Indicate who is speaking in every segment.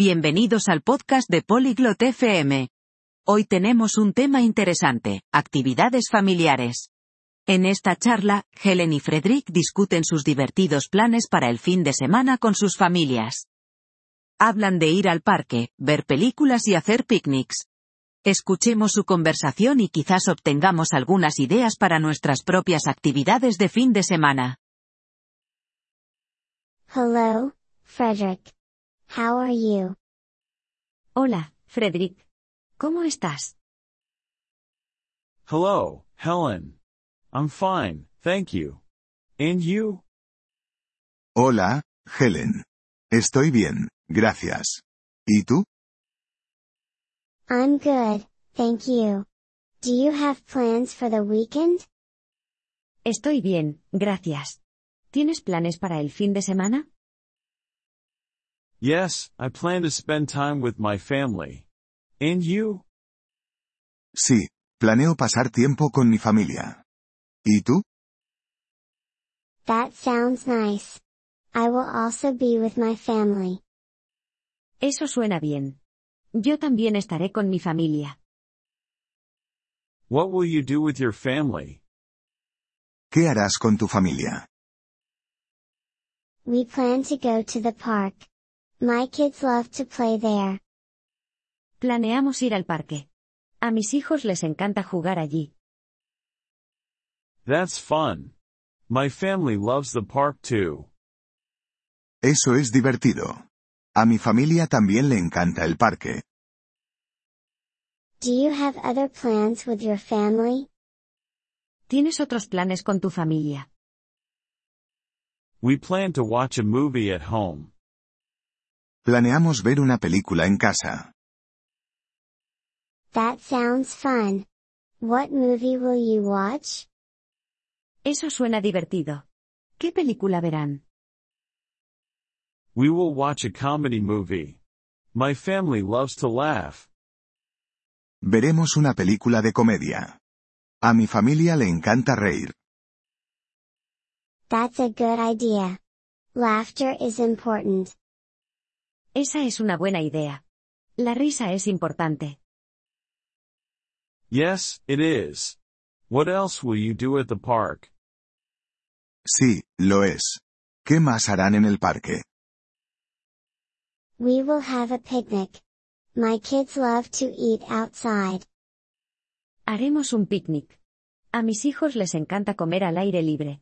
Speaker 1: Bienvenidos al podcast de Polyglot FM. Hoy tenemos un tema interesante, actividades familiares. En esta charla, Helen y Frederick discuten sus divertidos planes para el fin de semana con sus familias. Hablan de ir al parque, ver películas y hacer picnics. Escuchemos su conversación y quizás obtengamos algunas ideas para nuestras propias actividades de fin de semana.
Speaker 2: Hello, Frederick. How are you?
Speaker 3: Hola, Frederick. ¿Cómo estás?
Speaker 4: Hello, Helen. I'm fine, thank you. And you?
Speaker 5: Hola, Helen. Estoy bien, gracias. ¿Y tú?
Speaker 2: I'm good, thank you. Do you have plans for the weekend?
Speaker 3: Estoy bien, gracias. ¿Tienes planes para el fin de semana?
Speaker 4: Yes, I plan to spend time with my family. And you?
Speaker 5: Sí, planeo pasar tiempo con mi familia. ¿Y tú?
Speaker 2: That sounds nice. I will also be with my family.
Speaker 3: Eso suena bien. Yo también estaré con mi familia.
Speaker 4: What will you do with your family?
Speaker 5: ¿Qué harás con tu familia?
Speaker 2: We plan to go to the park. My kids love to play there.
Speaker 3: Planeamos ir al parque. A mis hijos les encanta jugar allí.
Speaker 4: That's fun. My family loves the park too.
Speaker 5: Eso es divertido. A mi familia también le encanta el parque.
Speaker 2: Do you have other plans with your family?
Speaker 3: ¿Tienes otros planes con tu familia?
Speaker 4: We plan to watch a movie at home.
Speaker 5: Planeamos ver una película en casa.
Speaker 2: That sounds fun. What movie will you watch?
Speaker 3: Eso suena divertido. ¿Qué película verán?
Speaker 4: We will watch a comedy movie. My family loves to laugh.
Speaker 5: Veremos una película de comedia. A mi familia le encanta reír.
Speaker 2: That's a good idea. Laughter is important.
Speaker 3: Esa es una buena idea. La risa es importante.
Speaker 4: Yes, it is. What else will you do at the park?
Speaker 5: Sí, lo es. ¿Qué más harán en el parque?
Speaker 2: We will have a picnic. My kids love to eat outside.
Speaker 3: Haremos un picnic. A mis hijos les encanta comer al aire libre.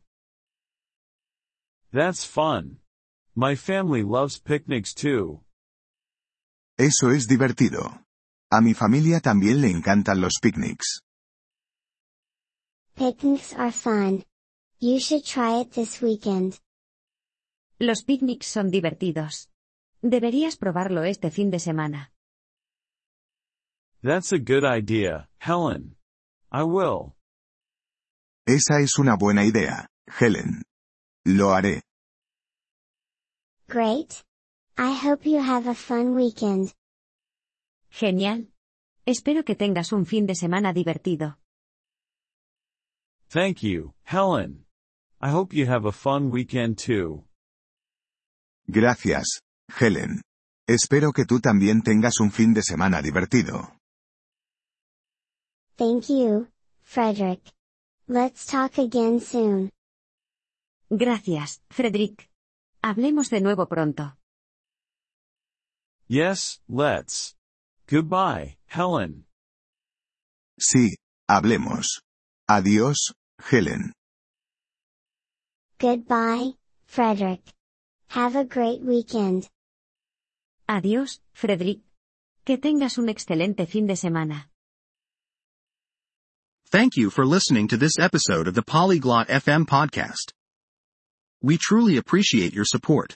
Speaker 4: That's fun. My family loves picnics too.
Speaker 5: Eso es divertido. A mi familia también le encantan los picnics.
Speaker 2: Picnics are fun. You should try it this weekend.
Speaker 3: Los picnics son divertidos. Deberías probarlo este fin de semana.
Speaker 4: That's a good idea, Helen. I will.
Speaker 5: Esa es una buena idea, Helen. Lo haré.
Speaker 2: Great. I hope you have a fun weekend.
Speaker 3: Genial. Espero que tengas un fin de semana divertido.
Speaker 4: Thank you, Helen. I hope you have a fun weekend too.
Speaker 5: Gracias, Helen. Espero que tú también tengas un fin de semana divertido.
Speaker 2: Thank you, Frederick. Let's talk again soon.
Speaker 3: Gracias, Frederick. Hablemos de nuevo pronto.
Speaker 4: Yes, let's. Goodbye, Helen.
Speaker 5: Sí, hablemos. Adiós, Helen.
Speaker 2: Goodbye, Frederick. Have a great weekend.
Speaker 3: Adiós, Frederick. Que tengas un excelente fin de semana.
Speaker 6: Thank you for listening to this episode of the Polyglot FM podcast. We truly appreciate your support.